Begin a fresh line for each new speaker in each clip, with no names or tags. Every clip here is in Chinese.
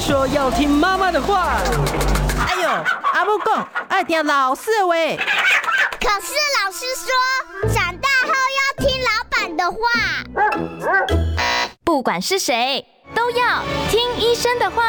说要听妈妈的话。
哎呦，阿母讲爱听老师的话。
可是老师说，长大后要听老板的话。
不管是谁，都要听医生的话。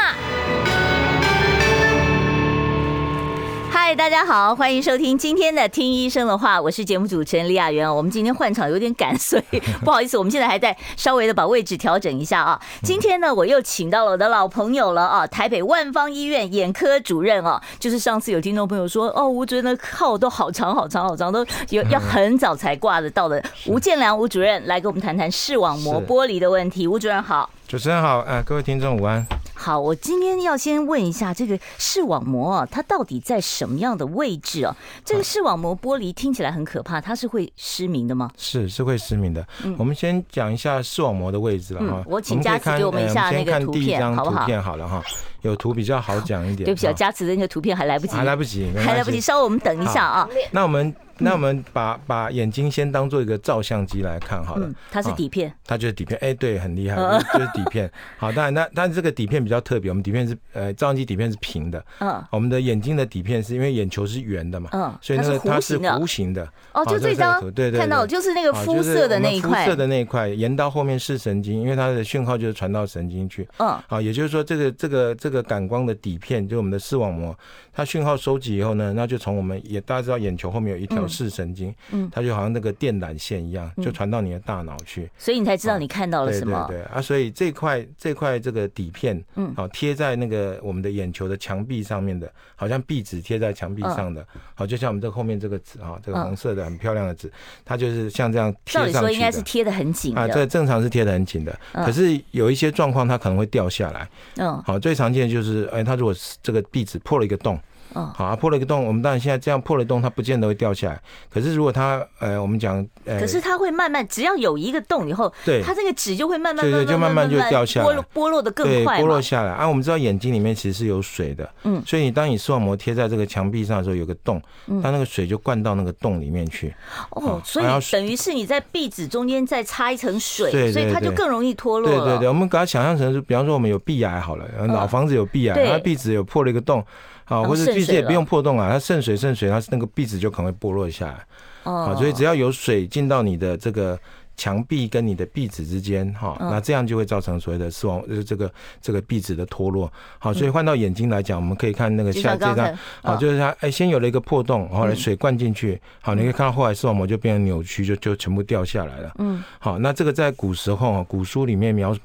嗨，大家好，欢迎收听今天的《听医生的话》，我是节目主持人李雅媛。我们今天换场有点赶，所以 不好意思，我们现在还在稍微的把位置调整一下啊。今天呢，我又请到了我的老朋友了啊，台北万方医院眼科主任哦、啊，就是上次有听众朋友说哦，吴主任的号都好长好长好长，都有要很早才挂得到的。吴建良吴主任来跟我们谈谈视网膜剥离的问题。吴主任好，
主持人好，呃，各位听众午安。
好，我今天要先问一下，这个视网膜啊，它到底在什么样的位置啊？这个视网膜剥离听起来很可怕，它是会失明的吗？
是，是会失明的。嗯、我们先讲一下视网膜的位置了哈、
嗯。我请佳慈给我们一
呃
下那个图片，好不好？
图片好了哈，有图比较好讲一点。
对不起啊，佳慈的那个图片还来不及，
还来不及，
还来不及，稍微我们等一下啊。
那我们。那我们把把眼睛先当做一个照相机来看好了，嗯、
它是底片，嗯哦、
它就是底片，哎、欸，对，很厉害，就是底片。好，当然，那但这个底片比较特别，我们底片是呃，照相机底片是平的，嗯，我们的眼睛的底片是因为眼球是圆的嘛，嗯，所以那个它是弧形的，
哦，就这张，
对对,對，
看到就是那个肤色的那一块，
啊肤、就是、色的那一块，延到后面视神经，因为它的讯号就是传到神经去，
哦
嗯，好，也就是说这个这个这个感光的底片，就是我们的视网膜，它讯号收集以后呢，那就从我们也大家知道眼球后面有一条。视神经，嗯，它就好像那个电缆线一样，就传到你的大脑去、嗯，
所以你才知道你看到了什么。
啊、对对对啊，所以这块这块这个底片，嗯，好贴在那个我们的眼球的墙壁上面的，好像壁纸贴在墙壁上的，好、嗯，就像我们这后面这个纸啊，这个红色的很漂亮的纸，它就是像这样贴上去。
照理说应该是贴的很紧
啊，这正常是贴的很紧的，嗯、可是有一些状况它可能会掉下来。嗯，好，最常见就是，哎，它如果这个壁纸破了一个洞。
嗯
哦、好、啊，破了一个洞，我们当然现在这样破了洞，它不见得会掉下来。可是如果它，呃，我们讲，呃，
可是它会慢慢，只要有一个洞以后，
对，
它这个纸就会慢慢，
对对，就慢
慢
就掉下来，
剥落剥落的更快，
剥落下来。啊，我们知道眼睛里面其实是有水的，嗯，所以你当你视网膜贴在这个墙壁上的时候，有个洞，
嗯
它那个水就灌到那个洞里面去。
哦，所以等于是你在壁纸中间再擦一层水，對對對所以它就更容易脱落嗯
对对对，我们把它想象成是，比方说我们有壁癌好了，老房子有壁癌，它、嗯、壁纸有破了一个洞。啊，或者其实也不用破洞啊，它渗水渗水，它那个壁纸就可能会剥落下来。
嗯
哦，所以只要有水进到你的这个墙壁跟你的壁纸之间，哈，
嗯
那这样就会造成所谓的视网就是这个这个壁纸的脱落。
嗯
好，所以换到眼睛来讲，我们可以看那个下这张，好，就是它哎先有了一个破洞，后
嗯
来水灌进去，好，你可以看到后来视网膜就变成扭曲，就就全部掉下来了。嗯，好，那这个在古时候古书里面描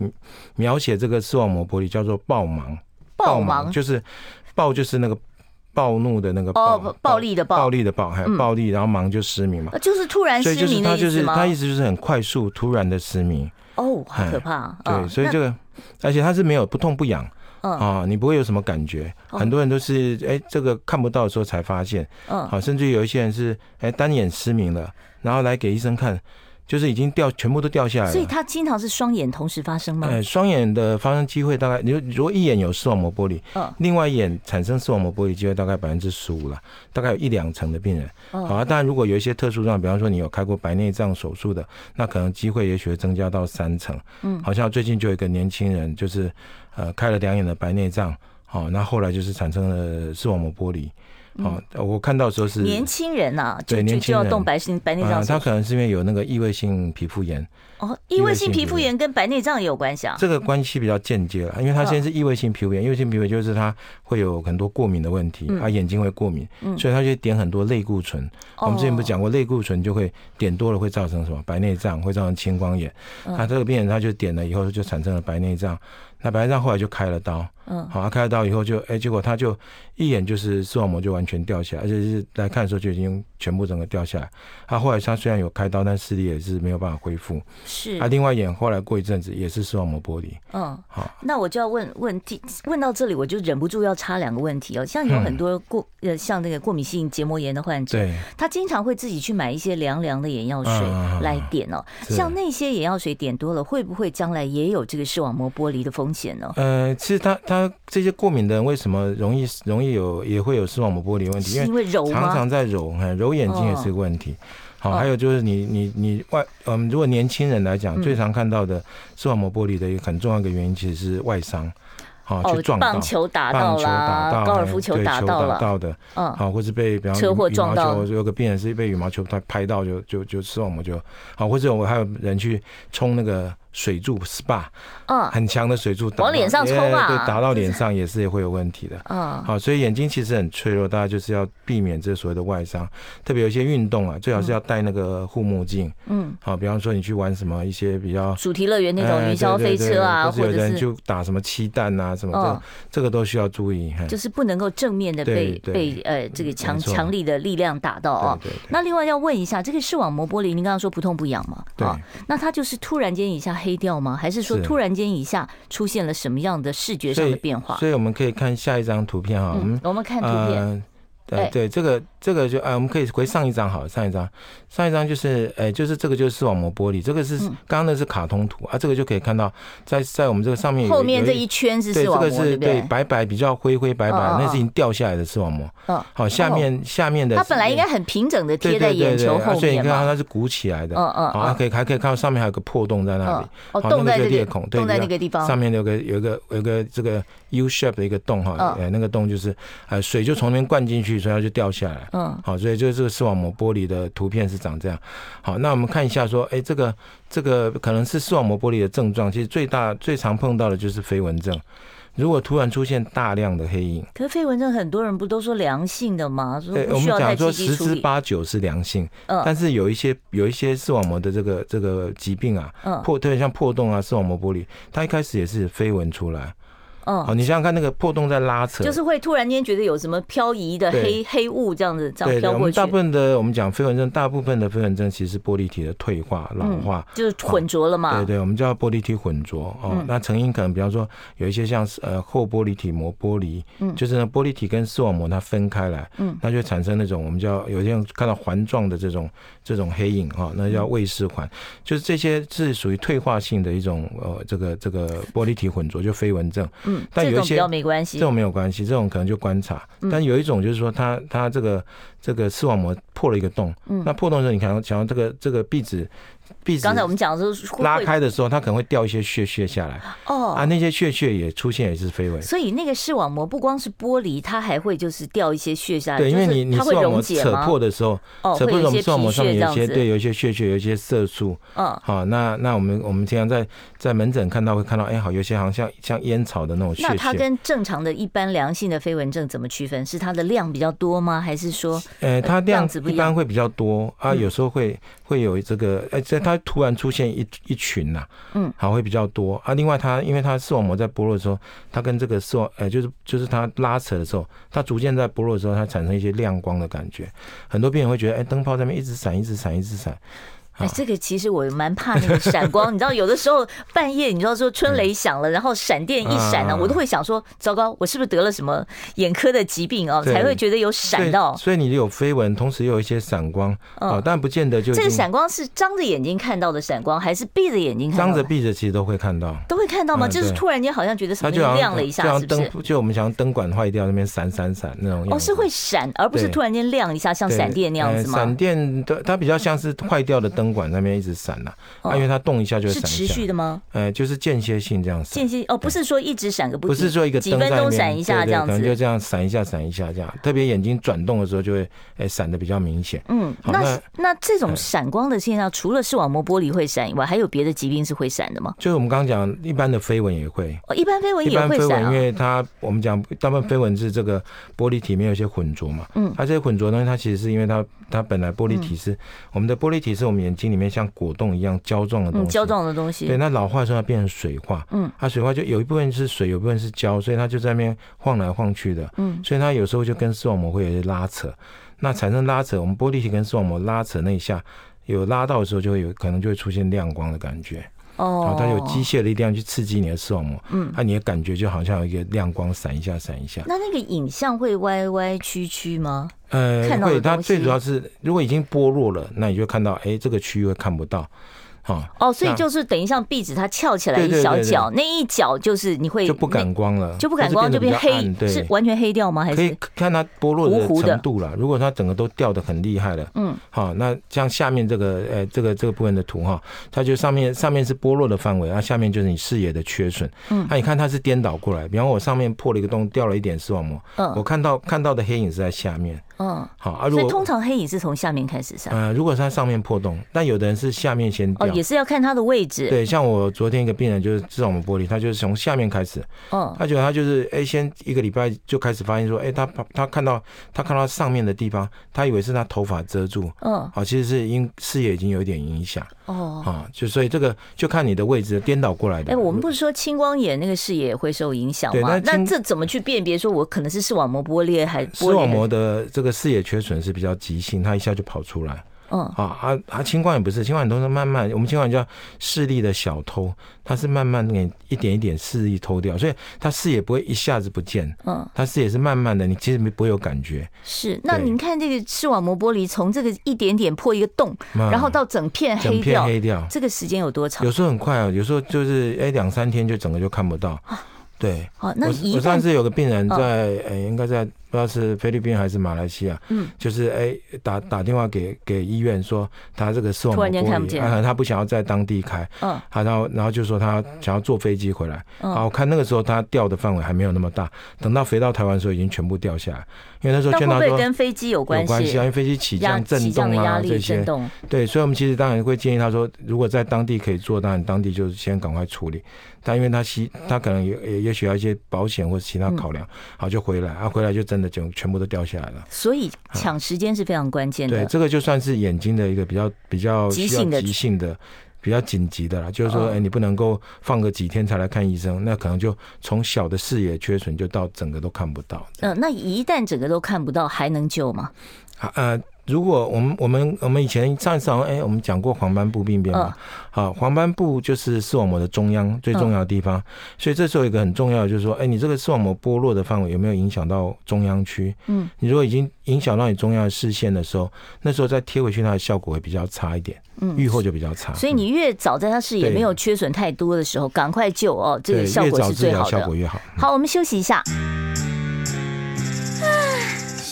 描写这个视网膜玻璃叫做暴盲，
暴盲
就是。暴就是那个暴怒的那个暴，
哦、暴力的嗯暴，
暴力的暴，还有暴力，然后忙就失明嘛，
呃就是突然失
哎明所以就是他就是
他
意思就是很快速、突然的失明。
哦，好可怕。
哎
嗯
对，所以这个，而且他是没有不痛不痒。啊、哦，你不会有什么感觉？很多人都是哎、欸，这个看不到的时候才发现。哦嗯，好，甚至有一些人是哎、欸、单眼失明了，然后来给医生看。就是已经掉，全部都掉下来了。
所以它经常是双眼同时发生吗？
呃，双眼的发生机会大概，你如果一眼有视网膜剥离，嗯，另外一眼产生视网膜剥离机会大概百分之十五了，大概有一两成的病人。好、嗯，啊，当然如果有一些特殊状况，比方说你有开过白内障手术的，那可能机会也许会增加到三成。嗯，好像最近就有一个年轻人，就是呃开了两眼的白内障，好、哦，那后来就是产生了视网膜剥离。哦，我看到时候是
年轻人啊呐，
对，年轻人啊
要动白性白内障，
他可能是因为有那个异位性皮肤炎。
哦，异位性皮肤炎跟白内障也有关系啊？
这个关系比较间接了，因为他先是异位性皮肤炎，异位性皮肤炎就是他会有很多过敏的问题，他眼睛会过敏，所以他就点很多类固醇。我们之前不讲过，类固醇就会点多了会造成什么？白内障会造成青光眼。他这个病人他就点了以后就产生了白内障，那白内障后来就开了刀。嗯，好，他开了刀以后就，哎、欸，结果他就一眼就是视网膜就完全掉下来，而且是来看的时候就已经全部整个掉下来。他、啊、后来他虽然有开刀，但视力也是没有办法恢复。
是。
他、啊、另外眼后来过一阵子也是视网膜剥离。嗯，好，
那我就要问问题，问到这里我就忍不住要插两个问题哦。像有很多过呃、嗯、像那个过敏性结膜炎的患者，他经常会自己去买一些凉凉的眼药
啊
水来点哦。嗯、像那些眼药水点多了，会不会将来也有这个视网膜剥离的风险呢？
呃，其实他他。他这些过敏的人为什么容易容易有也会有视网膜剥离问题？
因为
常常在揉，哎揉眼睛也
哦
是个问题。好，还有就是你你你外嗯，如果
嗯
年轻人来讲，最常看到的视网膜剥离的一个很重要的原因，其实是外伤。好
哦
去撞到
棒球打到啦
棒球打到
高尔夫球
对
打
球
到
打
了
到的，
嗯
好，或是被比方
车祸
羽
撞
毛
到
球，有个病人是被羽毛球拍拍到就就就送我就好，或者我还有人去冲那个水柱 SPA，
嗯
很强的水柱打到
往脸上冲啊
哎对，打到脸上也是会有问题的。
嗯，
好，所以眼睛其实很脆弱，大家就是要避免这所谓的外伤，特别有一些运动啊，最好是要戴那个护目镜。
嗯，
好，比方说你去玩什么一些比较
主题乐园那种
哎
云霄
对
飞
对对
车啊，
或
或
者有
者
人
是
就打什么气弹啊什么
嗯
的，这个都需要注意。嘿
就是不能够正面的被
对对
被呃这个强
没错
强力的力量打到哦。
对对对
那另外要问一下，这个视网膜玻璃，您刚刚说不痛不痒嘛？
对
啊，那它就是突然间一下黑掉吗？还是说
是
突然间一下出现了什么样的视觉上的变化？
所以我们可以看下一张图片哈，我们
哦嗯，我们看图片，
呃，对
哎
对，这个这个就呃，我们可以回上一张好了，上一张，上一张就是呃，就是这个就是视网膜玻璃，这个是
嗯
刚刚那是卡通图啊，这个就可以看到在在我们这个上面有
后面
有
这一圈是
对
视
这
网
个
膜，对
是
不
对
对？
白白比较灰灰白白，
嗯嗯嗯
那是已经掉下来的视网膜。
嗯，
好，下面下面的
它本来应该
是
很平整的
对
贴在
对对
眼
对
球
啊
后
所以你
面
看到
嘛。
它是鼓起来的，
嗯嗯
好，还
嗯，
可以还可以看到上面还有个破洞在那里
嗯，哦，
好，
洞
那
在
个
这
就
里
裂孔，对，
洞在
就
那个地方
上面有个有一个有一个这个 U shape 的一个洞哈，
嗯
呃，那个洞就是呃水就从那边灌进去，所以它就掉下来。
嗯
好，所以就是这个视网膜玻璃的图片是长这样。好，那我们看一下说，哎，这个这个可能是视网膜玻璃的症状，其实最大最常碰到的就是飞蚊症。如果突然出现大量的黑影，
可是飞蚊症很多人不都说良性的吗？说
对，
不
呃我们
需要
讲
太
说
积极
十
处
之
理。
八九是良性，但
嗯
是有一些有一些视网膜的这个这个疾病啊，
嗯
破特别像破洞啊，视网膜玻璃，它一开始也是飞蚊出来。好，
嗯，
你想想看，那个破洞在拉扯，
就是会突然间觉得有什么漂移的
对
黑黑雾这样子这
对
样
对，
飘
我
过
们
去
大，部分的我们讲飞蚊症，大部分的飞蚊症其实是玻璃体的退化、老化。
就是混浊了嘛
对。对，我们叫玻璃体混浊哦。
嗯
那成因可能，比方说有一些像是呃后玻璃体膜剥离，
嗯
就是呢玻璃体跟视网膜它分开来，嗯，那就产生那种我们叫有些人看到环状的这种这种黑影哈、那叫卫视环，就是这些是属于退化性的一种呃这个这个玻璃体混浊，就飞蚊症。
嗯，
但
这
有一
种
些
比较没关
这
系。
种没有关系，这种可能就观察。
嗯
但有一种就是说它，它这个这个视网膜破了一个洞，那破洞的时候，你看到想到这个这个壁纸壁纸
嗯刚才我们讲的是会
拉开的时候，它可能会掉一些血血下来啊，
哦，
那些血血也出现也是飞蚊。
所以那个视网膜不光是玻璃，它还会就是掉一些血下来，
对，因为你
啊就是
你
它
视
会
网
溶
膜
解
扯
吗？
破的时候，
哦，
扯
会
破的时
有
候我
一
们
些
视网膜
皮
上
屑
面有一些
这样
对
子。
有一些血血，有一些色素。
嗯，
好，那那我们我们经常在在门诊看到会看到，哎，好，有些好像像像烟草的那种血
那它
血。
跟正常的一般良性的飞蚊症怎么区分？是它的量比较多吗？还是说
呃，它量
样哎子不
一
一样嗯
般会比较多啊，有时候会会有这个，呃，这它突然出现一一群呐、
嗯，
好会比较多啊。另外它，因为它视网膜在剥落的时候，它跟这个视网，呃，就是就是它拉扯的时候，它逐渐在剥落的时候，它产生一些亮光的感觉。很多病人会觉得，哎，灯泡在那边一直闪，一直闪，一直闪。
哎
啊，
这个其实我蛮怕那个 闪光，你知道，有的时候半夜，你知道说春雷响了，然后闪电一闪呢、
啊
我都会想说，糟糕，我是不是得了什么眼科的疾病哦，
对
才会觉得有
所
闪
以
到。
所以你有飞蚊，同时又有一些闪光
嗯
啊，但不见得就
这
一
个
定
闪光是张着眼睛看到的闪光，还是闭着眼睛看到
张
的？
着闭着其实都会看到。
都会看到吗？
嗯
就是
对
突然间好像觉得什
它
么
就好像
亮了一
就
下，
好
是
像
不是？
灯，就我们想灯管坏掉，那边闪闪闪那种样
哦，
子。
是会闪，而不是
对
突然间亮一下，像
对
闪电那样子
呃闪、
吗？
电的它比较像是坏掉的灯管那边一直闪呐、啊，
哦
因为它动一下就会
是
闪
持
一下
续。的吗？
呃，就是间歇性这样闪，
间歇哦，不是说一直闪个不
不
停，
是说一个
几
灯在
分
那
钟
边
闪一下
对对
这样
可能就
子。
这样闪一下闪一下这样。特别眼睛转动的时候就会，哎，闪的比较明显。
嗯，
好
那
那
那这种闪光的现象，除了视网膜玻璃会闪以外，还有别的疾病是会闪的吗？
就是我们刚刚讲，一般的飞蚊也会。
哦，一般飞蚊
一
也
般
会
飞
闪
蚊，因
啊。
为它我们讲大部分飞蚊是这个玻璃体里面有一些混浊嘛，
嗯
它这些混浊东西，它其实是因为它它本来玻璃体是、我们的玻璃体是我们眼睛里面像果冻一样胶状的东
嗯，
西，
胶状的东
对，
西，
那老化的时候它变成水化，
嗯，
它水化就有一部分是水，有一部分是胶，所以它就在那边晃来晃去的，
嗯，
所以它有时候就跟视网膜会有一些拉扯，那产生拉扯，我们玻璃体跟视网膜拉扯那一下。有拉到的时候，就会有可能就会出现亮光的感觉，然
哦
后，它有机械的力量去刺激你的视网膜，嗯，啊，你的感觉就好像有一个亮光闪一下闪一下，
那那个影像会歪歪曲曲吗？
呃
看，到的
会，它
东
最
西
主要是如果已经剥落了，那你就看到，哎，这个区域会看不到。哈。
哦，所以就是等于像壁纸，它翘起来
对对
一
对
小
对
角，那一角就是你会
就不感
那
光了，
就不敢光，
是
就变
得比较暗
黑，
对，
是完全黑掉吗？还
可以
是
看它剥落
糊糊的
程度啦。如果它整个都掉的很厉害了，
嗯，
好，那像下面这个呃这个这个部分的图哈，它就上面上面是剥落的范围，然后啊下面就是你视野的缺损。嗯，那你看它是颠倒过来，比方我上面破了一个洞，掉了一点视网膜，我
嗯
看到看到的黑影是在下面。
嗯，
好，啊，如
所以
果
通常黑影是从下面开始上
呃，如果是它上面破洞，但有的人是下面先
哦，
掉。
也是要看它的位置，
啊对，像我昨天一个病人就是视网膜玻璃，他就是从下面开始，
嗯
他觉得他就是哎、先一个礼拜就开始发现说，哎、他他看到他看到上面的地方，他以为是他头发遮住，
嗯
好，其实是因视野已经有一点影响
哦。
啊，就所以这个就看你的位置颠倒过来的。
哎、我们不是说青光眼那个视野会受影响
对
吗？
那
那
青
这怎么去辨别？说我可能是视网膜剥裂还
视
剥
网
裂
膜？的这个视野缺损是比较急性，它一下就跑出来。
嗯
啊啊啊！青光眼不是青光眼，都是慢慢，我们青光眼叫视力的小偷，它是慢慢给一点一点视力偷掉，所以它视野不会一下子不见，
嗯，
它视野是慢慢的，你其实不会有感觉。
是。那
对
您看这个视网膜剥离，从这个一点点破一个洞，
嗯
然后到整片
整
黑
片
掉，
黑掉，
这个时间有多长
有？时候很快啊，有时候就是哎两三天就整个就看不到。对，
好，啊哦那
我
一
我上
旦
次有个病人
嗯
在，呃、应该在不知道是菲律宾还是马来西亚，
嗯，
就是哎、打打电话给给医院说他这个视网
突
膜
然间看不
玻璃，
见
啊，他不想要在当地开，
嗯
啊，然后然后就说他想要坐飞机回来，
嗯
啊，我看那个时候他掉的范围还没有那么大，等到飞到台湾的时候已经全部掉下来，因为那时候
那会
劝
不
他
会
说。
跟飞机有
有
关
关系啊，因
系？
为飞机起降、
起
震
降
动
的压
啊这
力、
些
震，动，
对，所以我们其实当然会建议他说，如果在当地可以做，当然当地就是先赶快处理。但因为他希
嗯
他可能也也也许要一些保险或者其他考量，好就回来，啊回来就真的就全部都掉下来了。
所以抢时间是非常关键
嗯对，
的。
这个就算是眼睛的一个比较比较
急
需要
性的
急性的。比较紧急的啦，就是说，
哦
哎、你不能够放个几天才来看医生，那可能就从小的视野缺损，就到整个都看不到。这样
嗯、那一旦整个都看不到，还能救吗？
啊呃，如果我们我们我们以前上一次好像哎、我们讲过黄斑部病变
嗯
嘛，好、黄斑部就是视网膜的中央最重要的地方，所以这时候有一个很重要的就是说，哎、你这个视网膜剥落的范围有没有影响到中央区？
嗯，
你如果已经影响到你中央的视线的时候，那时候再贴回去，它的效果会比较差一点，
嗯
愈后就比较差。
所以你越早在他视野
对
没有缺损太多的时候，赶快救哦，这
对
个效
越
果
早
是
治
最
疗
好
效果
的。
越好。
好，我们休息一下。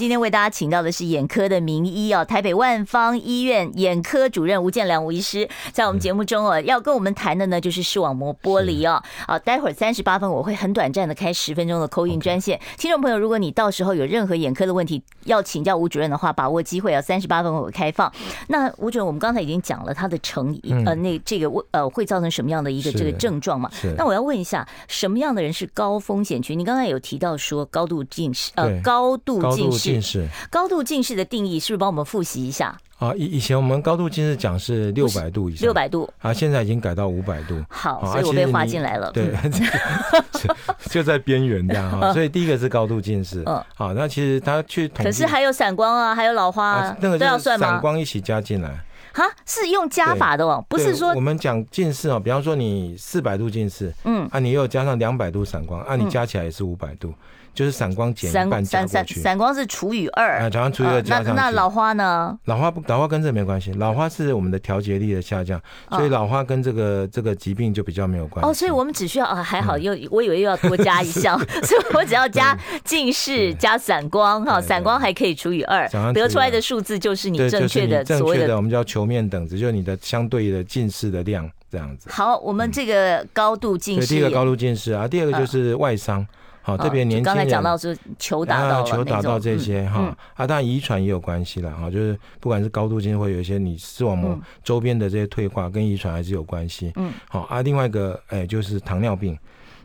今天为大家请到的是眼科的名医哦，台北万方医院眼科主任吴建良吴医师，在我们节目中哦，要跟我们谈的呢就是视网膜剥离哦。好，待会儿三十八分我会很短暂的开十分钟的扣印专线，听众朋友，如果你到时候有任何眼科的问题要请教吴主任的话，把握机会啊，三十八分我会开放。那吴主任，我们刚才已经讲了它的成因，
嗯
呃，那这个呃会造成什么样的一个
是
这个症状嘛？
是
那我要问一下，什么样的人是高风险群？你刚才有提到说高度近视，呃，
对
高度
高
近
度
视
近，视
高度近视的定义是不是帮我们复习一下？
啊，以以前我们高度近视讲是六百度以上，
六百度，
啊，现在已经改到五百度。
好，
啊
所以我
其实
被划
你
进来了。嗯
对， 就在边缘这 样哈。所以第一个是高度近视
嗯，
好，那其实他去统
可
计
是还有散光啊，还有老花
哎啊
啊，
那个
都要
就是
算吗
散？光一起加进来，
哈，是用加法的哦，不
对
是说
我们讲近视哦，比方说你四百度近视，
嗯
啊，你又加上两百度散光，啊，你加起来也是五百度，就是散光减一半加过
散散散
去。
散光是除以
啊，
二，
常常除以
啊
二加
那
上去。
那老花呢？
老花不，老花跟这没关系，老花是我们的调节力的下降，所以老花跟这个这个疾病就比较没有关系。
嗯哦，所以我们只需要啊，还
嗯
好又我以为又要多加一 项，所以我只要加近视加散光哈，
对对
散光还可以除以二
散，光除以
得
二
出来的数字就是你
对，
正
就是
确的
你正
所谓
确
的
的，嗯我们叫球面等值，就是你的相对的近视的量这样子。
好，我们这个高度近
对，
视
第一个
也，
高度近视啊，第二个就是外伤，好、特别
啊就
年轻人。
刚才讲到是球打到
啊
了
球打
那
到
种
这些
嗯嗯
哈啊，当然遗传也有关系啦哈，就是不管是高度近视，会有一些你视网膜
嗯
周边的这些退化，跟遗传还是有关系。
嗯，
好啊，另外一个哎就是糖尿病，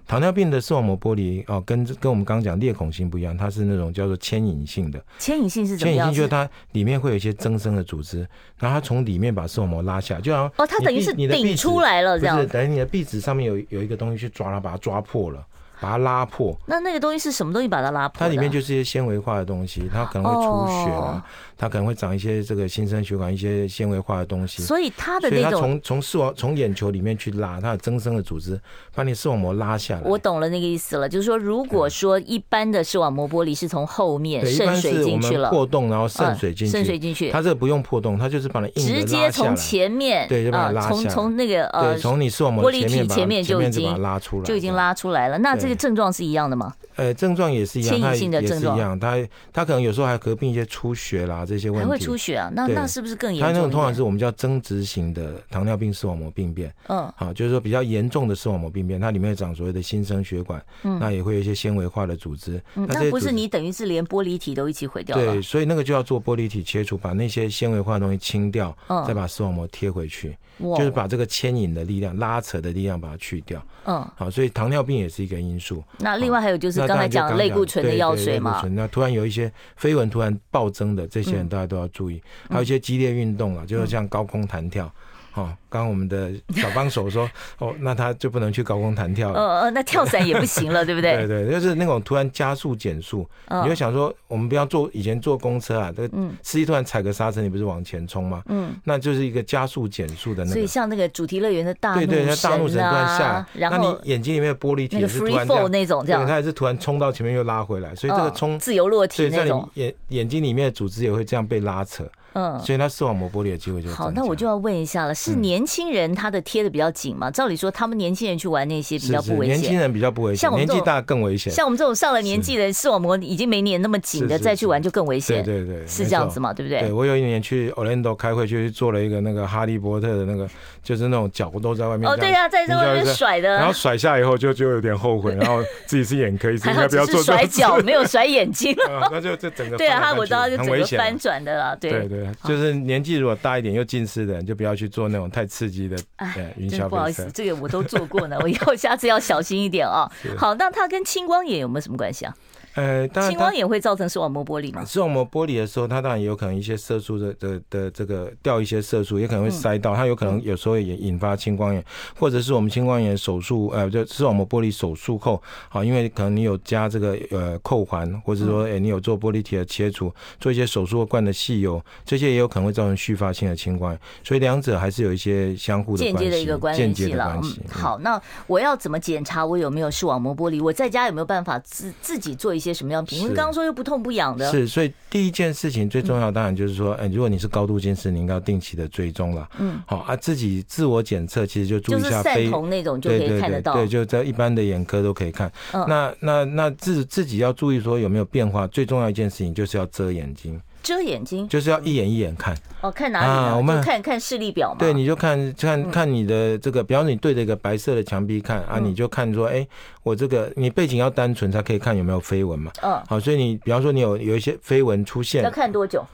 糖尿病的视网膜剥离哦，跟跟我们刚刚讲裂孔型不一样，它是那种叫做牵引性的。
牵引性是怎么
牵引
样
性
子？
就是它里面会有一些增生的组织，然后它从里面把视网膜拉下来，就好像
哦它
你
等于
壁
是
你的
顶
壁纸
出来了这样
不是等于你的壁纸上面有有一个东西去抓它，把它抓破了，把它拉破。
那那个东西是什么东西把它拉破的啊？
它里面就是一些纤维化的东西，它可能会出血啦，
哦
它可能会长一些这个新生血管一些纤维化的东西。
所以它的
所以
那
它
种，
从从视网从眼球里面去拉，它的增生的组织把你视网膜拉下来。
我懂了那个意思了，就是说，如果说一般的视网膜剥离是从后面
对，一
渗
般
水
是我
进去
们
了，
破洞，然后渗
嗯
水进去。
渗水进去
它这个不用破洞，它就是把你硬的
直接
拉下
从
来。
前面
对就把它
啊
拉
从
下来
从那个呃
对，从你视网膜
玻
的
璃
前
体
面把
前面就已
就把它
经
拉出来，
就已经。拉出来了。那这个
对
症状是一样的吗？
呃，症状也是一样，
牵
它
引
也
性的
也是
症状
一样，它它可能有时候还合并一些出血啦这些问
还
题。
会出血啊？那
对
那是不是更严
它
重一
那种
点？
通常是我们叫增殖型的糖尿病视网膜病变，
嗯，
好，就是说比较严重的视网膜病变，它里面会长所谓的新生血管，那也会有一些纤维化的组织。
嗯
这些
那不
组
是
织
你等于是连玻璃体都一起毁掉了
对，。所以那个就要做玻璃体切除，把那些纤维化的东西清掉，
嗯
再把视网膜贴回去，
哇哦
就是把这个牵引的力量、拉扯的力量把它去掉。
嗯，
好，所以糖尿病也是一个因素。
那另外还有就是
那当
刚才
然就
讲类固醇的
对
药
对
水
类固
嘛，嗯
醇那突然有一些飞蚊突然暴增的，这些人大家都要注意。还有一些激烈运动啊，就是像高空弹跳。哦，刚刚我们的小帮手说，哦，那他就不能去高空弹跳了。
呃呃，那跳伞也不行了，对不对？
对就是那种突然加速减速，
嗯
你就想说，我们不要坐以前坐公车啊，这个司机突然踩个刹车，你不是往前冲吗？嗯，那就是一个加速减速的那
所以
个。
像那个主题乐园的大
对对，那大怒
怒
神
神
突然下
啊
来，，
然
那
后
你眼睛里面的玻璃体
那个
也是突
free
然
fall
样，
那种
对，
这样
它，也是突然冲到前面又拉回来，所以这个
嗯
冲，
自由落
所
体
以在
那
你
种，
眼眼睛里面的组织也会这样被拉扯，
嗯。
所以它视网膜玻璃的机会就
好，
增嗯
那我
加
就要问一下了，是年轻人他的贴的比较紧吗？照理说，他们年轻人去玩那些比
是
较
是
不危
年轻
险。
人比较不危险
像，我们
年
这种
纪大更危险，
像我们这种上了年纪的视网膜已经没粘那么紧的，
是是
再去玩就更危
对
险。
对对，
是
没
这样
错
子嘛？对不
对，我有一年去 Orlando 开会，就去做了一个那个哈利波特的那个，就是那种脚都在外面
哦，
这
对
样
呀，在这外面
你知道
甩的，
然后甩下以后就就有点后悔，然后自己是眼科医生，
还
应该
好
不
只
要
是
做这
甩
种事
脚，没有甩眼 睛。
啊那就这整个
对啊，
翻来
他
翻
我
去
知道就
很
整
危
个
险啊
翻转的啦，
对对，就是年纪如果大一点又近视的人，就不要去做那种太刺激的呃云
真
霄
不好意
飞
思
车，。
这个我都做 过呢，我以后下次要小心一点哦。好，那它跟青光眼有没有什么关系啊？
呃，当然
青
它
光眼会造成视网膜剥离吗？
视网膜剥离的时候，它当然也有可能一些色素的的的这个掉一些色素，也可能
嗯
会塞到，它有可能有时候也引发青光眼，或者是我们青光眼手术，呃，就视网膜剥离手术后，好，因为可能你有加这个呃扣环，或者说
嗯
诶、你有做玻璃体的切除，做一些手术后灌的细油，这些也有可能会造成续发性的青光眼，所以两者还是有一些相互的
间
关
接
系，
的一个关
间
联
接
系
的
了
关。系
嗯，。好，那我要怎么检查我有没有视网膜剥离？我在家有没有办法自自己做一些什么样的评估？
是
刚刚说又不痛不痒的，嗯
是，所以第一件事情最重要，当然就是说，哎、如果你是高度近视，你应该要定期的追踪了。嗯，好啊，自己自我检测，其实就注
就
意一
是
下
散
非。
瞳那种就可
对
以
对
看得
对
到。
对，就在一般的眼科都可以看。
嗯
那那那自自己要注意说有没有变化，最重要一件事情就是要遮眼睛，
遮眼睛
就是要一眼一眼看。
哦，看哪里呢？
啊我们
就看看视力表嘛。
对，你就看
嗯
看看你的这个，比方说你对着一个白色的墙壁看啊，你就看说，哎，我这个你背景要单纯才可以看有没有飞蚊嘛。
嗯，
好，所以你比方说你有有一些飞蚊出现
要，看多久？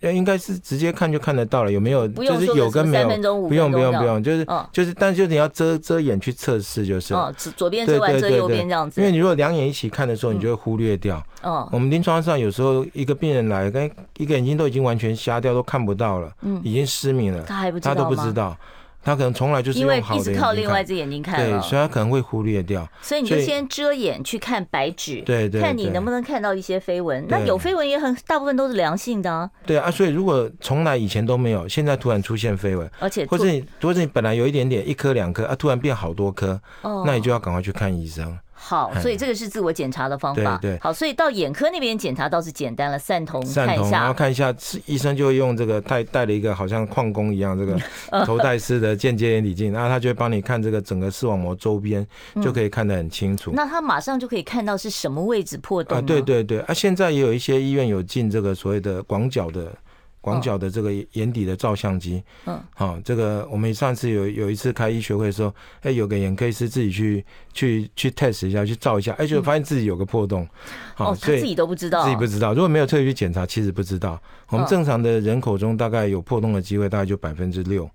呃，应该是直接看就看得到了，有没有？
不
就
用
是
说
有跟
什么
没
三
有
分钟五，
不用不
分钟
用
这
不
样
用，就是
嗯
就是，但是就是你要遮遮眼去测试，就是
哦，只左边
对
遮完
对
遮
对
右边这样
对，
子嗯
因为。你如果两眼一起看的时候，你就会忽略掉。
哦，
我们临床上有时候一个病人来，跟一个眼睛都已经完全瞎掉，都看不到了，已经失明了，
嗯他还不知
他
道
都不
吗
知道，他可能从来就是
因为
用好
一
的
直
眼
靠
睛
另
看
外一只眼睛看
对，
了，
所以他可能会忽略掉。
所以你就
所以
先遮眼去看白纸，
对对
看你
对
能不能看到一些飞蚊。那
对
有飞蚊也很大部分都是良性的啊，
对啊，所以如果从来以前都没有，现在突然出现飞蚊，
而且
或
做
者你或者你本来有一点点一颗两颗啊，突然变好多颗，
哦
那你就要赶快去看医生。
好，
哎
所以这个是自我检查的方法。
对对
好，所以到眼科那边检查倒是简单了，散瞳
散
嗯看一
瞳，然后
下。
看一下，是医生就会用这个戴戴了一个好像矿工一样 这
嗯
个头戴式的间接眼底镜，然后他就会帮你看这个整个视网膜周边，
嗯
就可以看得很清楚。
那他马上就可以看到是什么位置破洞
啊，
吗
对，对对，啊，现在也有一些医院有进这个所谓的广角的。广角的这个眼底的照相机，
嗯，
好、这个我们上次有有一次开医学会的时候，哎、有个眼科医师自己去去去 test 一下，去照一下，哎、就发现自己有个破洞，好、
嗯哦，他
所以
自己都不知道，
自己不知道。如果没有特意去检查，其实不知道。我们
嗯
正常的人口中大概有破洞的机会，大概就百分之六。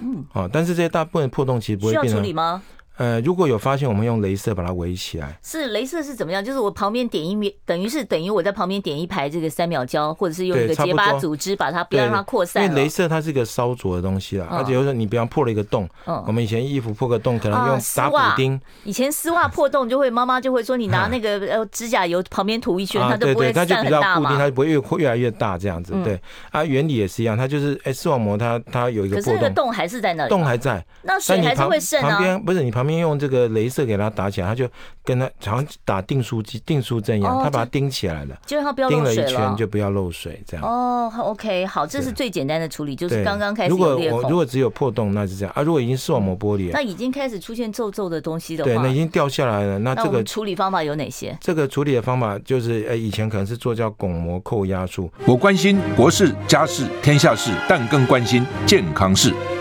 嗯，好，但是这些大部分的破洞其实不会
需要
变
处
成
理吗？
呃，如果有发现，我们用镭射把它围起来。
是镭射是怎么样？就是我旁边点一面，等于是等于我在旁边点一排这个三秒胶，或者是用一个
对差不
结
多
疤组织把它不要让它扩散
因为
了
镭。射它是一个烧灼的东西啦，
嗯
而且有时候你比方破了一个洞，
嗯
我们以前衣服破个洞，可能
啊
用
丝
打补
袜
丁，
以前丝袜破洞就会，妈妈就会说你 拿那个呃指甲油旁边涂一圈，它
啊，
都
对
不会
对，它就
散
比较
很大
固定，它
嘛。嗯
就不会越扩越来越大这样子。对啊，原理也是一样，它就是哎，视网膜它它有一
可
个
是
破
那个
洞，
洞还是在那里，
洞还在，
那
但
水
你
还是
旁
会渗
旁
啊。
边不是你旁边用这个镭射给它打起来，它就跟它好像打订书机订书针一样
哦，
它把
就
它钉起来了，
就让它不要
钉
漏
了一
水
圈就不要漏水这样。
哦好，OK，好，这是最简单的处理，就是
对，
刚刚开始
如
有
果
裂
我如
孔，
果只有破洞，那是这样啊。如果已经视网膜剥离了
那，已经开始出现皱皱的东西的
对，
话
那，已经掉下来了，那
那
这
我们
个
处理方法有哪些？
这个处理的方法就是，呃，以前可能是做叫巩膜扣压术，
我关心国事、家事、天下事，但更关心健康事。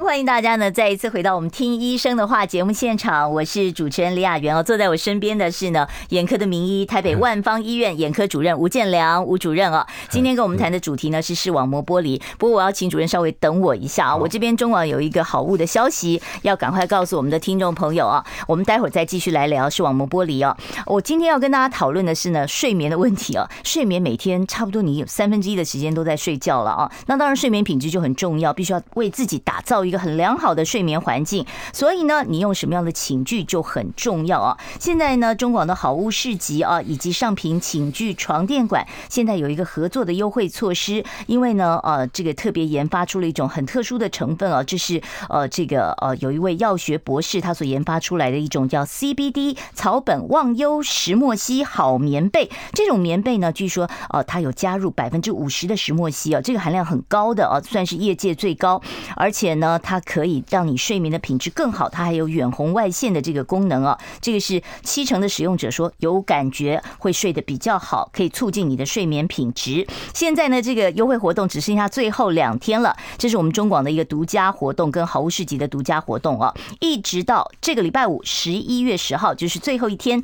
欢迎大家呢再一次回到我们听医生的话节目现场，我是主持人李雅媛哦，坐在我身边的是呢眼科的名医
嗯
台北万方医院眼科主任吴建良吴主任哦，今天跟我们谈的主题呢是视网膜剥
嗯
离，不过我要请主任稍微等我一下啊，我这边中网有一个好物的消息，要赶快告诉我们的听众朋友啊，我们待会儿再继续来聊视网膜剥离哦。我今天要跟大家讨论的是呢睡眠的问题哦，睡眠每天差不多你有三分之一的时间都在睡觉了啊，那当然睡眠品质就很重要，必须要为自己打造一个很良好的睡眠环境。所以呢，你用什么样的寝具就很重要啊。现在呢，中广的好物市集啊，以及上品寝具床垫馆，现在有一个合作的优惠措施，因为呢，呃，这个特别研发出了一种很特殊的成分啊，这是呃这个呃有一位药学博士他所研发出来的一种叫 CBD 草本忘忧石墨烯好棉被，这种棉被呢，据说呃它有加入百分之五十的石墨烯啊，这个含量很高的啊，算是业界最高，而且呢，它可以让你睡眠的品质更好，它还有远红外线的这个功能啊，这个是七成的使用者说有感觉会睡得比较好，可以促进你的睡眠品质。现在呢，这个优惠活动只剩下最后两天了，这是我们中广的一个独家活动，跟好物市集的独家活动啊，一直到这个礼拜五十一月十号就是最后一天。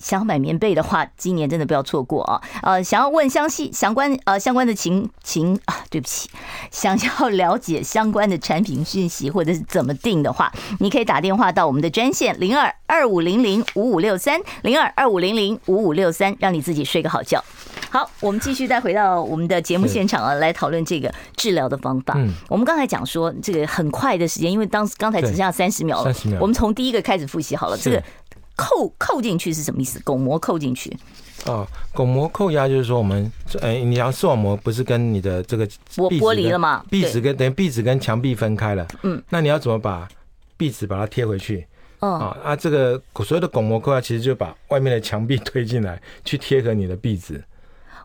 想要买棉被的话，今年真的不要错过啊！呃，想要问详细相关呃相关的情情啊，对不起，想要了解相关的产品讯息或者是怎么定的话， 你可以打电话到我们的专线零二二五零零五五六三零二二五零零五五六三，让你自己睡个好觉。好，我们继续再回到我们的节目现场啊，来讨论这个治疗的方法。
嗯
我们刚才讲说这个很快的时间，因为当时刚才只
对
剩下三十秒了，
30秒
我们从第一个开始复习好了。
是
这个扣扣进去是什么意思？巩膜扣进去，
哦，巩膜扣压就是说我们，呃，你要视网膜不是跟你的这个
我
壁纸
剥离
跟
了嘛
壁
对
纸跟等于壁纸跟墙壁分开了，
嗯，
那你要怎么把壁纸把它贴回去？
嗯，
啊啊，这个所有的巩膜扣压其实就把外面的墙壁推进来， 去贴合你的壁纸，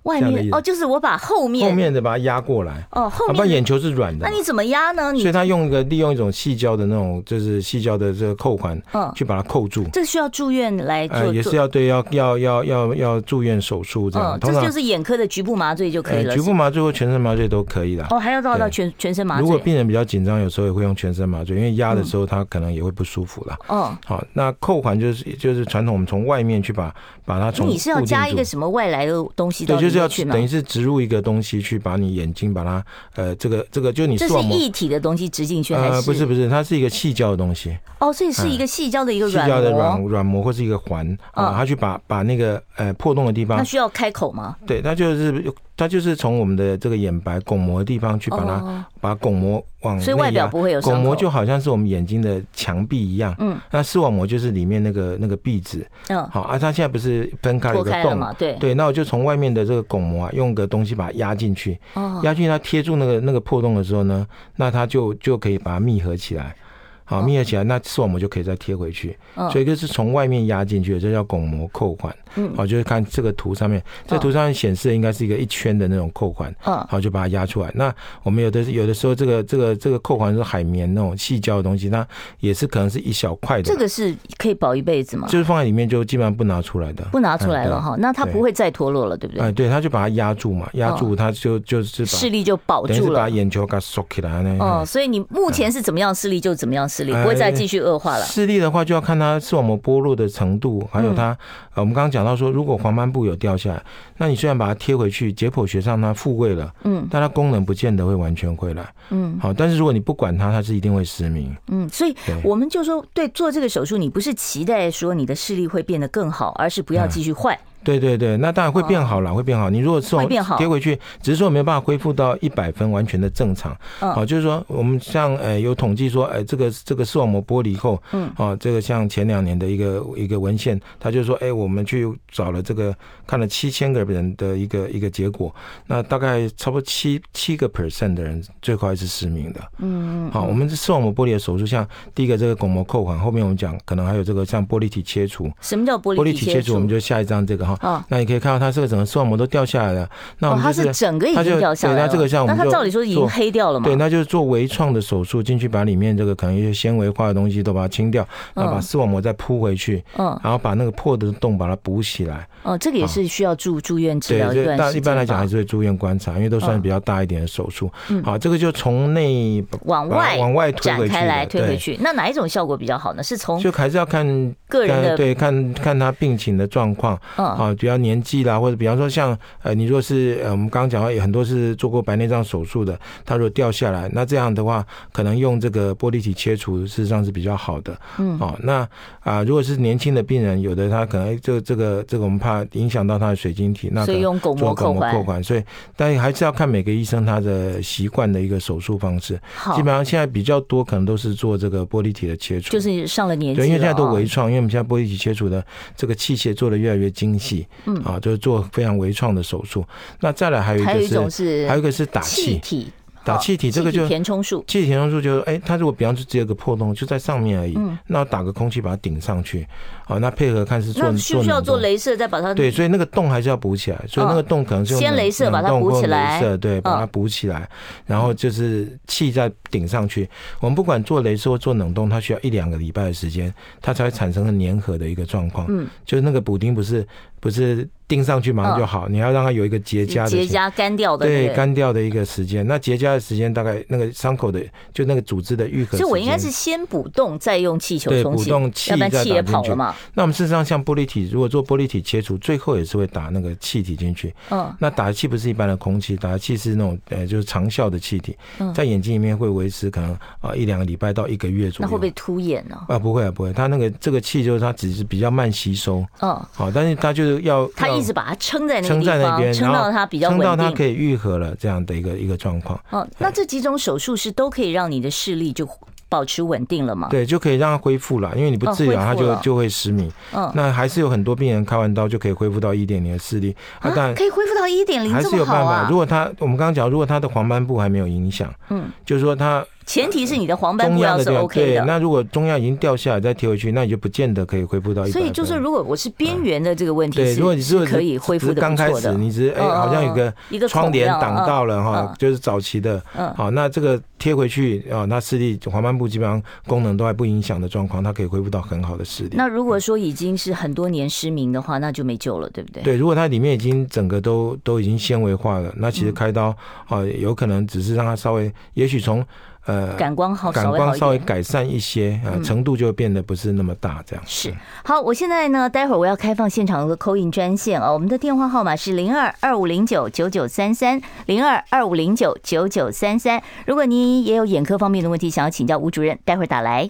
外
这样的
面
意思
哦，就是我把后面
后面的把它压过来，
哦后
啊，不然
面
眼球是软的
那
嘛。
你怎么压呢？
所
你
以它用一个利用一种细胶的那种，就是细胶的这个扣环，
嗯
去把它扣住，
这需要住院来
呃，
做
也
做
是要对要要要要要住院手术这样，
嗯，这
通常
就是眼科的局部麻醉就可以
呃
了。
局
是
部
吗
麻醉或全身麻醉都可以的。
哦，还要到到
对
全全身麻
如果
醉。嗯
病人比较紧张，有时候也会用全身麻醉，因为压的时候他可能也会不舒服啦。
哦，
好，那扣环就是就是传统，我们从外面去把把它从
你是要
固定
加一
住
个什么外来的东西到
对，
里
就是要
面去吗
等？于是植入一个东西去把你眼睛把它呃这个这个就你
这
视
是
网膜
一体的东西植进去还
呃
是？
不是不是，它是一个细胶的东西。
哦，所以是一个细胶的一个
细胶的软
膜，
软膜或是一个环
嗯
啊，它去把把那个呃破洞的地
那
方，
需要开口吗？
对，它就是它就是从我们的这个眼白巩膜的地方去把它、
哦
把巩膜往
所以外
内压
表不会有伤口
巩膜就好像是我们眼睛的墙壁一样，
嗯，
那视网膜就是里面那个那个壁纸，
嗯，
好啊，它现在不是分开了
破
一个
开了
洞
嘛，
嘛，
对，
对，那我就从外面的这个巩膜啊，用个东西把它压进去，
哦，
压进去它贴住那个那个破洞的时候呢，那它就就可以把它密合起来。
嗯
好，密合起来，那视网膜就可以再贴回去。所以一个是从外面压进去的，这叫巩膜扣环。
嗯
好，就是看这个图上面，这图上面显示的应该是一个一圈的那种扣环。
嗯
好，就把它压出来。那我们有的有的时候这个这个这个扣环是海绵那种细胶的东西，那也是可能是一小块的，
这个是可以保一辈子吗？
就是放在里面就基本上不拿出来的，
不拿出来了
嗯
哈，那它不会再脱落了，对不嗯
哎，
对？
对，他就把它压住嘛，压住他就就是把
视力就保
等于
住
是把
了。
眼球给它缩起来呢。
哦，所以你目前是怎么样视力就怎么样视力，
哎
不会再继续恶化了。
视力的话，就要看它视网膜剥落的程度，还有它，
嗯
呃，我们刚刚讲到说，如果黄斑部有掉下来，那你虽然把它贴回去，解剖学上它复位了，
嗯
但它功能不见得会完全回来。
嗯
好，但是如果你不管它，它是一定会失明。
嗯，所以
对
我们就说，对做这个手术，你不是期待说你的视力会变得更好，而是不
嗯
要继续坏。
对对对，那当然会变好啦，会变好。你如果是往
哦会变好
贴回去，只是说没有办法恢复到一百分完全的正常。
嗯
好、就是说我们像呃有统计说，呃这个这个视网膜剥离后，
嗯，
哦，这个像前两年的一个一个文献，他就说，哎，我们去找了这个看了七千个人的一个一个结果，那大概差不多七七个 percent 的人最后还是失明的。
嗯，
好，我们视网膜剥离的手术，像第一个这个巩膜扣环，后面我们讲可能还有这个像玻璃体切除，
什么叫玻
玻璃
体
体切除，
触？
我们就下一张这个哈。
啊，
那你可以看到它这个整个视网膜都掉下来了。那我
哦，
们
它
就是
整个已
它
经
就
掉下
对
来了。
它这个像我
那
们
它
就
照理说已经
做
黑掉了嘛？
对，那就是做微创的手术进去，把里面这个可能一些纤维化的东西都把它清掉，然后把视网膜再铺回去，
嗯
然后把那个破的洞把它补起来。
哦，这个也是需要住住院治
对，
疗一
这
段时
但
间
一般来讲
吧
还是会住院观察，因为都算
嗯
是比较大一点的手术
嗯。
好，这个就从内
往
把
外
它往外推
展
回去
开来
的
推回
对
去。那哪一种效果比较好呢？是从
就还是要看
个人
看
的
对看看他病情的状况。
嗯
啊，比较年纪啦，或者比方说像呃，你若是呃，我们刚刚讲到有很多是做过白内障手术的，他如果掉下来，那这样的话，可能用这个玻璃体切除事实上是比较好的。
嗯
哦，那啊、如果是年轻的病人，有的他可能哎这这个这个我们怕影响到他的水晶体，那可
所以
能
用巩
做
膜
巩
扣
膜扣
环
环，所以但还是要看每个医生他的习惯的一个手术方式。
好
基，本上现在比较多可能都是做这个玻璃体的切除，
就是上了年纪
对，因为现在都
了啊
微创，因为我们现在玻璃体切除的这个器械做的越来越精细，
嗯
啊，就是做非常微创的手术。那再来还有一
还有
个
一种
是，
是
还有一个是打气，
气体，
打
哦
气体这个就
填充术。
气体填充术就是，哎、它如果比方说只有一个破洞，就在上面而已，
嗯
那打个空气把它顶上去，啊，那配合看是做
那需不需要
冷
做
冻
镭射再把它
对，所以那个洞还是要补起来，所以那个洞可能是用
嗯哦先
冷
镭射把它
冷冻
补起
或
来
镭射对，把它
嗯
补起来，然后就是气再顶上去。我们不管做镭射或做冷冻，它需要一两个礼拜的时间，它才会产生很粘合的一个状况。
嗯，
就是那个补丁不是不是钉上去马上就好，你要让它有一个结痂的
嗯结
形
痂干掉的那
对
个
干掉的一个时间。那结痂的时间大概那个伤口的就那个组织的愈合时间，
所以我应该是先补洞，再用气球
对
充
补
气，
洞气
要不然
再
气
打
也
进
跑
去
了嘛。
那我们事实上，像玻璃体，如果做玻璃体切除，最后也是会打那个气体进去。
嗯，
那打的气不是一般的空气，打的气是那种呃，就是长效的气体
嗯，
在眼睛里面会维持可能啊、呃一两个礼拜到一个月左
那
右。
会不会突眼呢？
啊？不会啊，不会。它那个这个气就是它只是比较慢吸收，
嗯，
好，但是它就是要
他
要
一直把它撑在那个
撑
地
在那
方，
边，
撑
然
到
后
它比较
撑到它
稳
可
定。
以愈合了这样的一个一个状况。
嗯，那这几种手术是都可以让你的视力就保持稳定了嘛？
对，就可以让它恢复了，因为你不
哦
治疗，
恢复
它就
了
就会失明。
嗯
那还是有很多病人开完刀就可以恢复到一点零的视力，啊，但
啊，可以恢复到一点零
还
这
是
么
有
好
办
啊
法。如！果他我们刚刚讲，如果他的黄斑部还没有影响，
嗯，
就是说他
前提是你的黄斑
中
部
央
要
的
是
地方
OK
对，
的。
那如果中央已经掉下来再贴回去，那你就不见得可以恢复到一百。
所以就是，如果我是边缘的这个问题
对，
是，
如果你
是
如果
可以恢复
只是
的
刚
不
开
错
始
的。
你只是哎，
嗯
好像有个
一个
窗
孔
帘
亮
挡到了
嗯
哈
嗯，
就是早期的，
嗯
好，那这个贴回去啊，那视力黄斑部基本上功能都还不影响的状况，它可以恢复到很好的视力。
那如果说已经是很多年失明的话，那就没救了，对不对？
对，如果它里面已经整个都都已经纤维化了，那其
嗯
实开刀啊、呃有可能只是让它稍微，也许从呃
感光好，
感
稍微好
光
一
稍微
点。
改善一些，呃，
嗯
程度就变得不是那么大这样。
是好，我现在呢，待会儿我要开放现场的扣印专线哦，我们的电话号码是零二二五零九九九三三零二二五零九九九三三。如果您也有眼科方面的问题想要请教吴主任，待会儿打来。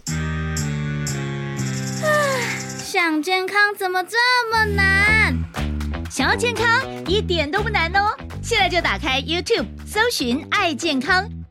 想健康怎么这么难？想要健康一点都不难哦！现在就打开 YouTube 搜寻“爱健康”，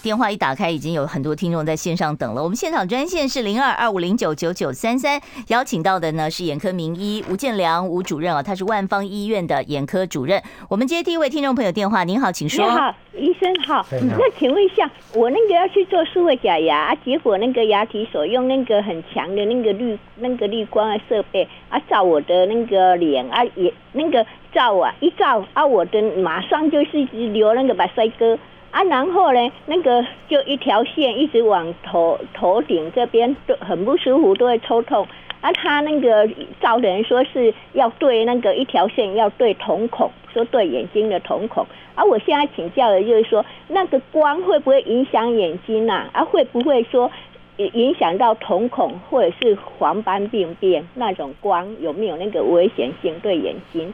电话一打开，已经有很多听众在线上等了。我们现场专线是零二二五零九九九三三，邀请到的呢是眼科名医吴建良吴主任啊，他是万方医院的眼科主任。我们接第一位听众朋友电话，您好，请
你
说。
好，医生好。
哎你好
那请问一下，我那个要去做数位假牙，啊、结果那个牙体所用那个很强的那个绿那个绿光的设备啊，照我的那个脸啊，也那个照啊一照啊，我的马上就是一直流那个把塞哥啊，然后呢，那个就一条线一直往头头顶这边都很不舒服，都会抽痛。啊，他那个照的人说是要对那个一条线要对瞳孔，说对眼睛的瞳孔。啊，我现在请教的就是说，那个光会不会影响眼睛呐、啊？会不会说呃影响到瞳孔或者是黄斑病变那种光有没有那个危险性对眼睛？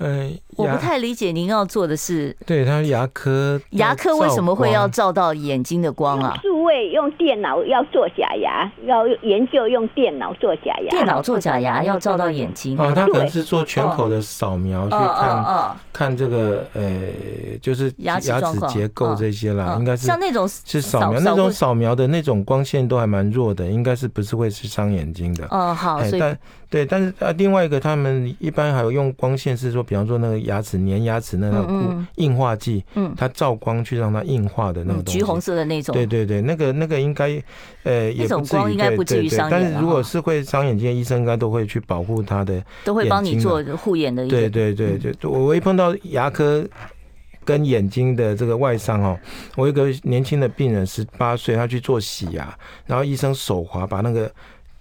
嗯，
我不
牙
太理解您要做的是
对他牙科
牙科为什么会要
照
照到眼睛的光啊？
数位用电脑要做假牙，要研究用电脑做假牙。
电脑做假牙要照到眼睛？
光？哦，他可能是做全口的扫描去
哦
看
哦
看这个呃，就是
牙
牙
齿状
齿
况
结构这些啦，
哦，
应该是
像那种
是扫描那种扫描的那种光线都还蛮弱的，应该是不是会是伤眼睛的？
哦好，
哎
所以
但对，但是呃，另外一个他们一般还有用光线，是说，比方说那个牙齿粘牙齿那个固
嗯嗯
硬化剂，
嗯
它照光去让它硬化的那个
嗯
东西。
橘红色的那种
对对对，那个那个应该，呃，也
种
不至
光
于，
应该
对
不至
对
于
对
伤
但
眼
是
了
如
哈
果是会伤眼睛的医生，应该都会去保护他的。
都会帮你
眼睛
做
啊
护眼的一
对
个
对对，就
嗯
我我一碰到牙科跟眼睛的这个外伤哦，我有一个年轻的病人，十八岁，他去做洗牙，然后医生手滑把那个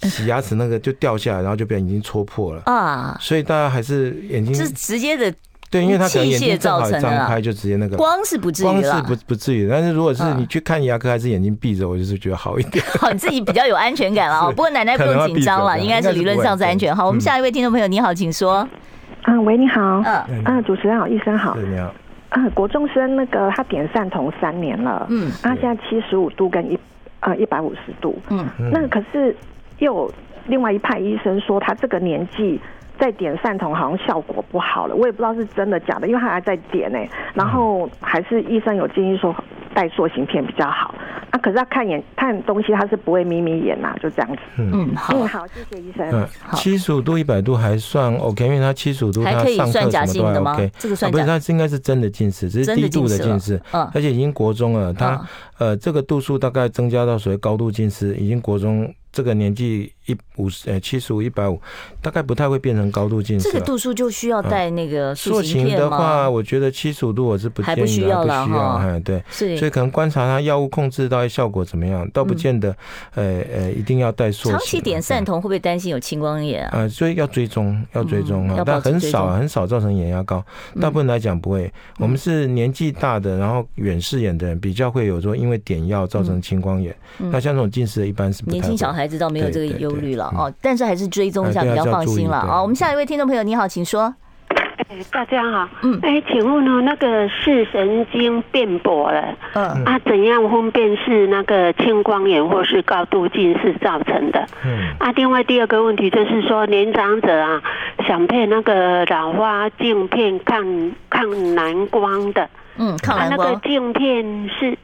洗牙齿那个就掉下来，然后就被眼睛戳破了。
啊，
所以大家还是眼睛
这是直接的
对，因为他可能眼
器械
睛正
造
好
成
也
的
张
啦
开，就直接那个
光是不至于
光是
了
不。不至于，但是如果是
嗯
你去看牙科，还是眼睛闭着，我就是觉得好一点。
好，你自己比较有安全感了哦。
是
不过奶奶不用紧张
可能要
了，
闭嘴
应该是理论上是安全。好，我们
嗯
下一位听众朋友，你好，请说。
啊，喂，你好。
嗯
啊，主持人好，医生好。
对，你好，
啊，国中生那个他点散瞳三年了，
嗯
啊，现在七十五度跟一呃一百五十度。
嗯，
嗯
那可是又有另外一派医生说，他这个年纪再点散瞳好像效果不好了，我也不知道是真的假的，因为他还在点呢、然后还是医生有建议说戴塑形片比较好。啊，可是他看眼看东西他是不会眯眯眼呐、就这样子。
嗯，好，
嗯，好，谢谢医
哎
生。
哦嗯，七十五度、一百度还算 OK，因为它七十五度，
还
它
可以
上
算
课
假
什么
性
都还
的吗
OK。？
这个
啊
算
不是，
假，
它是应该是真的近视，只是
真的
低度的
近
近
视
视
了，嗯
而且已经国中了，它
嗯
呃这个度数大概增加到所谓高度近视，已经国中这个年纪一五十呃七十五一百五，大概不太会变成高度近视
这
了。
个度数就需要戴那个
嗯
塑
塑
形
形
片
的话，
吗？
我觉得七十五度我是不
还
建
不
议
需
的，
要
不
啦
需要，
哈
哎，对，
是
所以可能观察它药物控制到底效果怎么样，倒不见得，呃呃，一定要戴塑形。哎
嗯长期点散瞳会不会担心有青光眼啊？
啊、所以要追踪，要追踪
嗯
啊、
要保
但
持
很
追
少
踪嗯
很少造成眼压高，大部分来讲不会。我们是年纪大的，然后远视眼的人比较会有说因为点药造成青光眼。那像这种近视的，一般是不
嗯年
太
轻
会
小孩子倒没有这个
对对
忧虑了
对嗯
哦，但是还是追踪一下
哎
比
对啊
较
要
放
注意
心了
对
哦。我们下一位听众朋友，你好，请说。
大家好，
嗯
哎，请问呢，那个视神经变薄了，
嗯
啊，怎样分辨是那个青光眼或是高度近视造成的？
嗯
啊，另外第二个问题就是说，年长者啊，想配那个老花镜片看看蓝光的，
嗯，抗
啊，
蓝
那
光
个镜片是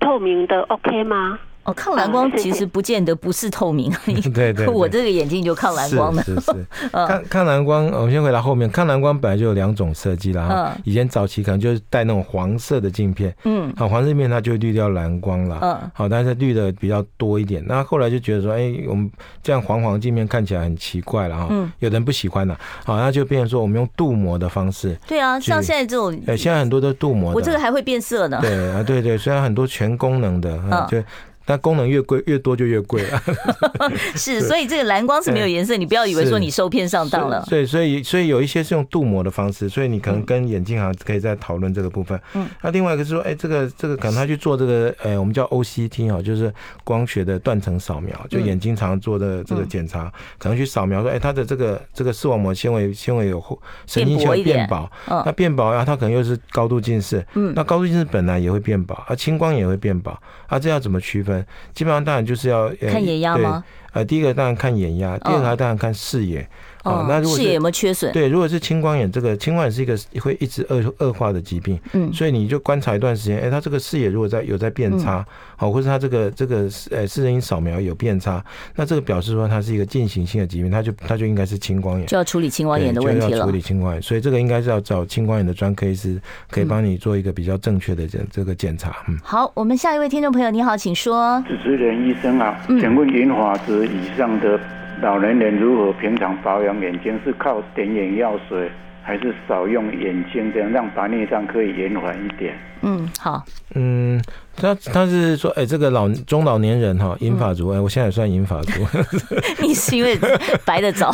透明的，OK 吗？
哦，抗蓝光
嗯谢谢
其实不见得不是 透明，
对对
我这个眼睛就抗蓝光的。
是是是
嗯
看看蓝光，我们先回答后面。看蓝光本来就有两种设计啦，哈
嗯
以前早期可能就是戴那种黄色的镜片，
嗯
好，黄色镜片它就会滤掉蓝光啦，
嗯
好，但是滤的比较多一点。那后来就觉得说，哎、我们这样黄黄镜片看起来很奇怪了哈，
嗯
有的人不喜欢了，好，那就变成说我们用镀膜的方式，
对啊，像现在这种，
呃，现在很多都是镀膜的，
我这个还会变色呢。
对啊，对对，虽然很多全功能的，
嗯
嗯、就但功能越贵越多就越贵了。
是，所以这个蓝光是没有颜色，你不要以为说你受骗上当了。嗯
对，所以所以有一些是用镀膜的方式，所以你可能跟眼镜行可以再讨论这个部分。嗯，那另外一个是说，哎、这个这个可能他去做这个，哎、我们叫 OCT 哦，就是光学的断层扫描，
嗯
就眼睛常做的这个检查，可能去扫描说，哎、它的这个这个视网膜纤维纤维有厚神经纤维
变
变
薄
薄，
嗯
那变薄啊，它可能又是高度近视，
嗯
那高度近视本来也会变薄，啊，青光眼也会变薄，啊，这要怎么区分？基本上当然就是要、呃
看眼压
对
吗？
呃，第一个当然看眼压，第二个当然看视野。
哦，
那如果
视
是
野有没有缺损？
对，如果是青光眼，这个青光眼是一个会一直恶恶化的疾病，
嗯
所以你就观察一段时间，哎、他这个视野如果在有在变差，
嗯
好、或是他这个这个呃视神经扫描有变差，那这个表示说它是一个进行性的疾病，它就它就应该是青光眼，
就要处理青光眼的
对
问
就
题
要
了
处。理青光眼，所以这个应该是要找青光眼的专科医师，可
嗯
以帮你做一个比较正确的检这个检查，嗯。
好，我们下一位听众朋友，你好，请说。
主持人医生啊，请问银发值以上的老年人如何平常保养眼睛？是靠点眼药水，还是少用眼睛，这样让白内障可以延缓一点？
嗯，好，
嗯，他他是说，哎、这个老中老年人哈，银发族，
嗯
哎、我现在也算银 发族，
你是因为白 的早，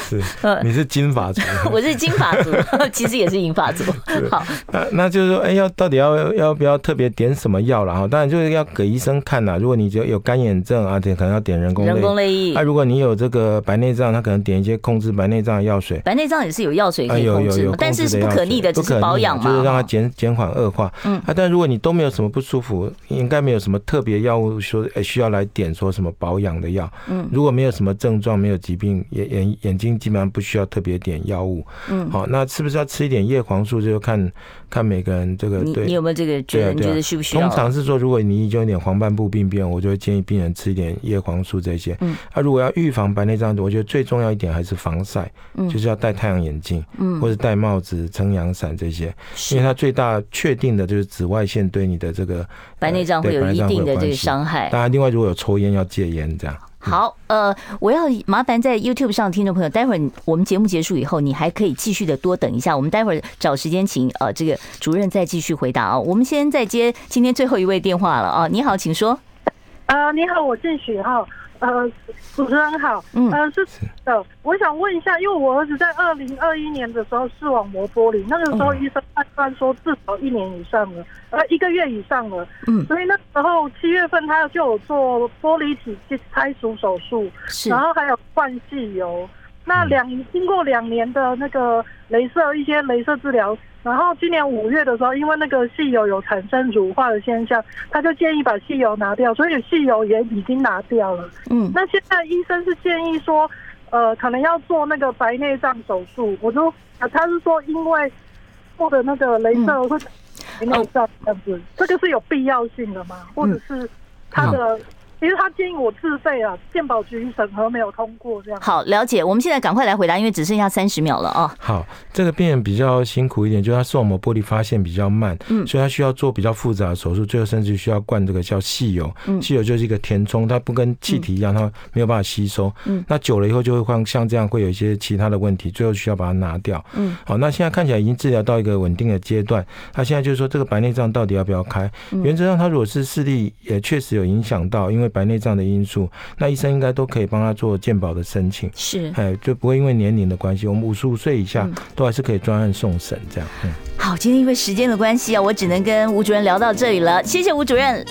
是
呃
你是金发族，
我是金发 族，其实也是银发族。好，
那那就是说，哎、要到底要要不要特别点什么药了哈？当然就是要给医生看啦。如果你就有干眼症啊，点可能要点人工泪。
人工泪液
啊，如果你有这个白内障，他可能点一些控制白内障的药水。
白内障也是有药水
啊，
可以
有
控
有
制
有
嘛，，但是
控制
是
的
不
药
可
水
逆的，只
不可
是
逆啊
保养嘛，
就是让它
哈
减减缓恶化。
嗯
啊，但如果你都没有什么不舒服，应该没有什么特别药物说、哎需要来点说什么保养的药。
嗯
如果没有什么症状，没有疾病，眼眼眼睛基本上不需要特别点药物。
嗯，
好，那是不是要吃一点叶黄素？这就看看每个人这个
你
对
你有没有这个觉
对
得？
啊
你
对
觉
啊
得需不需要？
通常是说，如果你已经有点黄斑部病变，我就会建议病人吃一点叶黄素这些。
嗯，
啊，如果要预防白内障，我觉得最重要一点还是防晒，
嗯
就是要戴太阳眼镜，
嗯
或者戴帽子、撑阳伞这些，
是
因为它最大确定的就是紫外线对你的这个呃
白内障会有一定的这个伤害。
当然，另外如果有抽烟要戒烟这样。
好，呃，我要麻烦在 YouTube 上的听众朋友，待会儿我们节目结束以后，你还可以继续的多等一下，我们待会儿找时间请呃这个主任再继续回答啊。我们先再接今天最后一位电话了啊，你好，请说。
呃，你好，我姓许浩。呃，主持人好，
嗯
呃，是的，我想问一下，因为我儿子在二零二一年的时候视网膜剥离，那个时候医生判断说至少一年以上了，呃，一个月以上了，
嗯
所以那时候七月份他就有做玻璃体拆除手术，
是
然后还有换细油。那两经过两年的那个镭射一些镭射治疗，然后今年五月的时候，因为那个细油有产生乳化的现象，他就建议把细油拿掉，所以细油也已经拿掉了。
嗯
那现在医生是建议说，呃，可能要做那个白内障手术。我就、啊他是说因为做的那个镭射会白内障这样子，这个是有必要性的吗？或者是他的，因为他建议我自费啊，健保局审核没有通过这样。
好，了解。我们现在赶快来回答，因为只剩下三十秒了啊。
好，这个病人比较辛苦一点，就是他视网膜剥离发现比较慢，
嗯
所以他需要做比较复杂的手术，最后甚至需要灌这个叫细油，
嗯
细油就是一个填充，它不跟气体一样，它没有办法吸收，
嗯
那久了以后就会换像这样会有一些其他的问题，最后需要把它拿掉，
嗯，
好，那现在看起来已经治疗到一个稳定的阶段，他现在就是说这个白内障到底要不要开？
嗯
原则上，他如果是视力也确实有影响到，因为白内障的因素，那医生应该都可以帮他做健保的申请。
是
哎，就不会因为年龄的关系，我们五十五岁以下
嗯
都还是可以专案送审这样。嗯。
好，今天因为时间的关系啊，我只能跟吴主任聊到这里了。谢谢吴主任，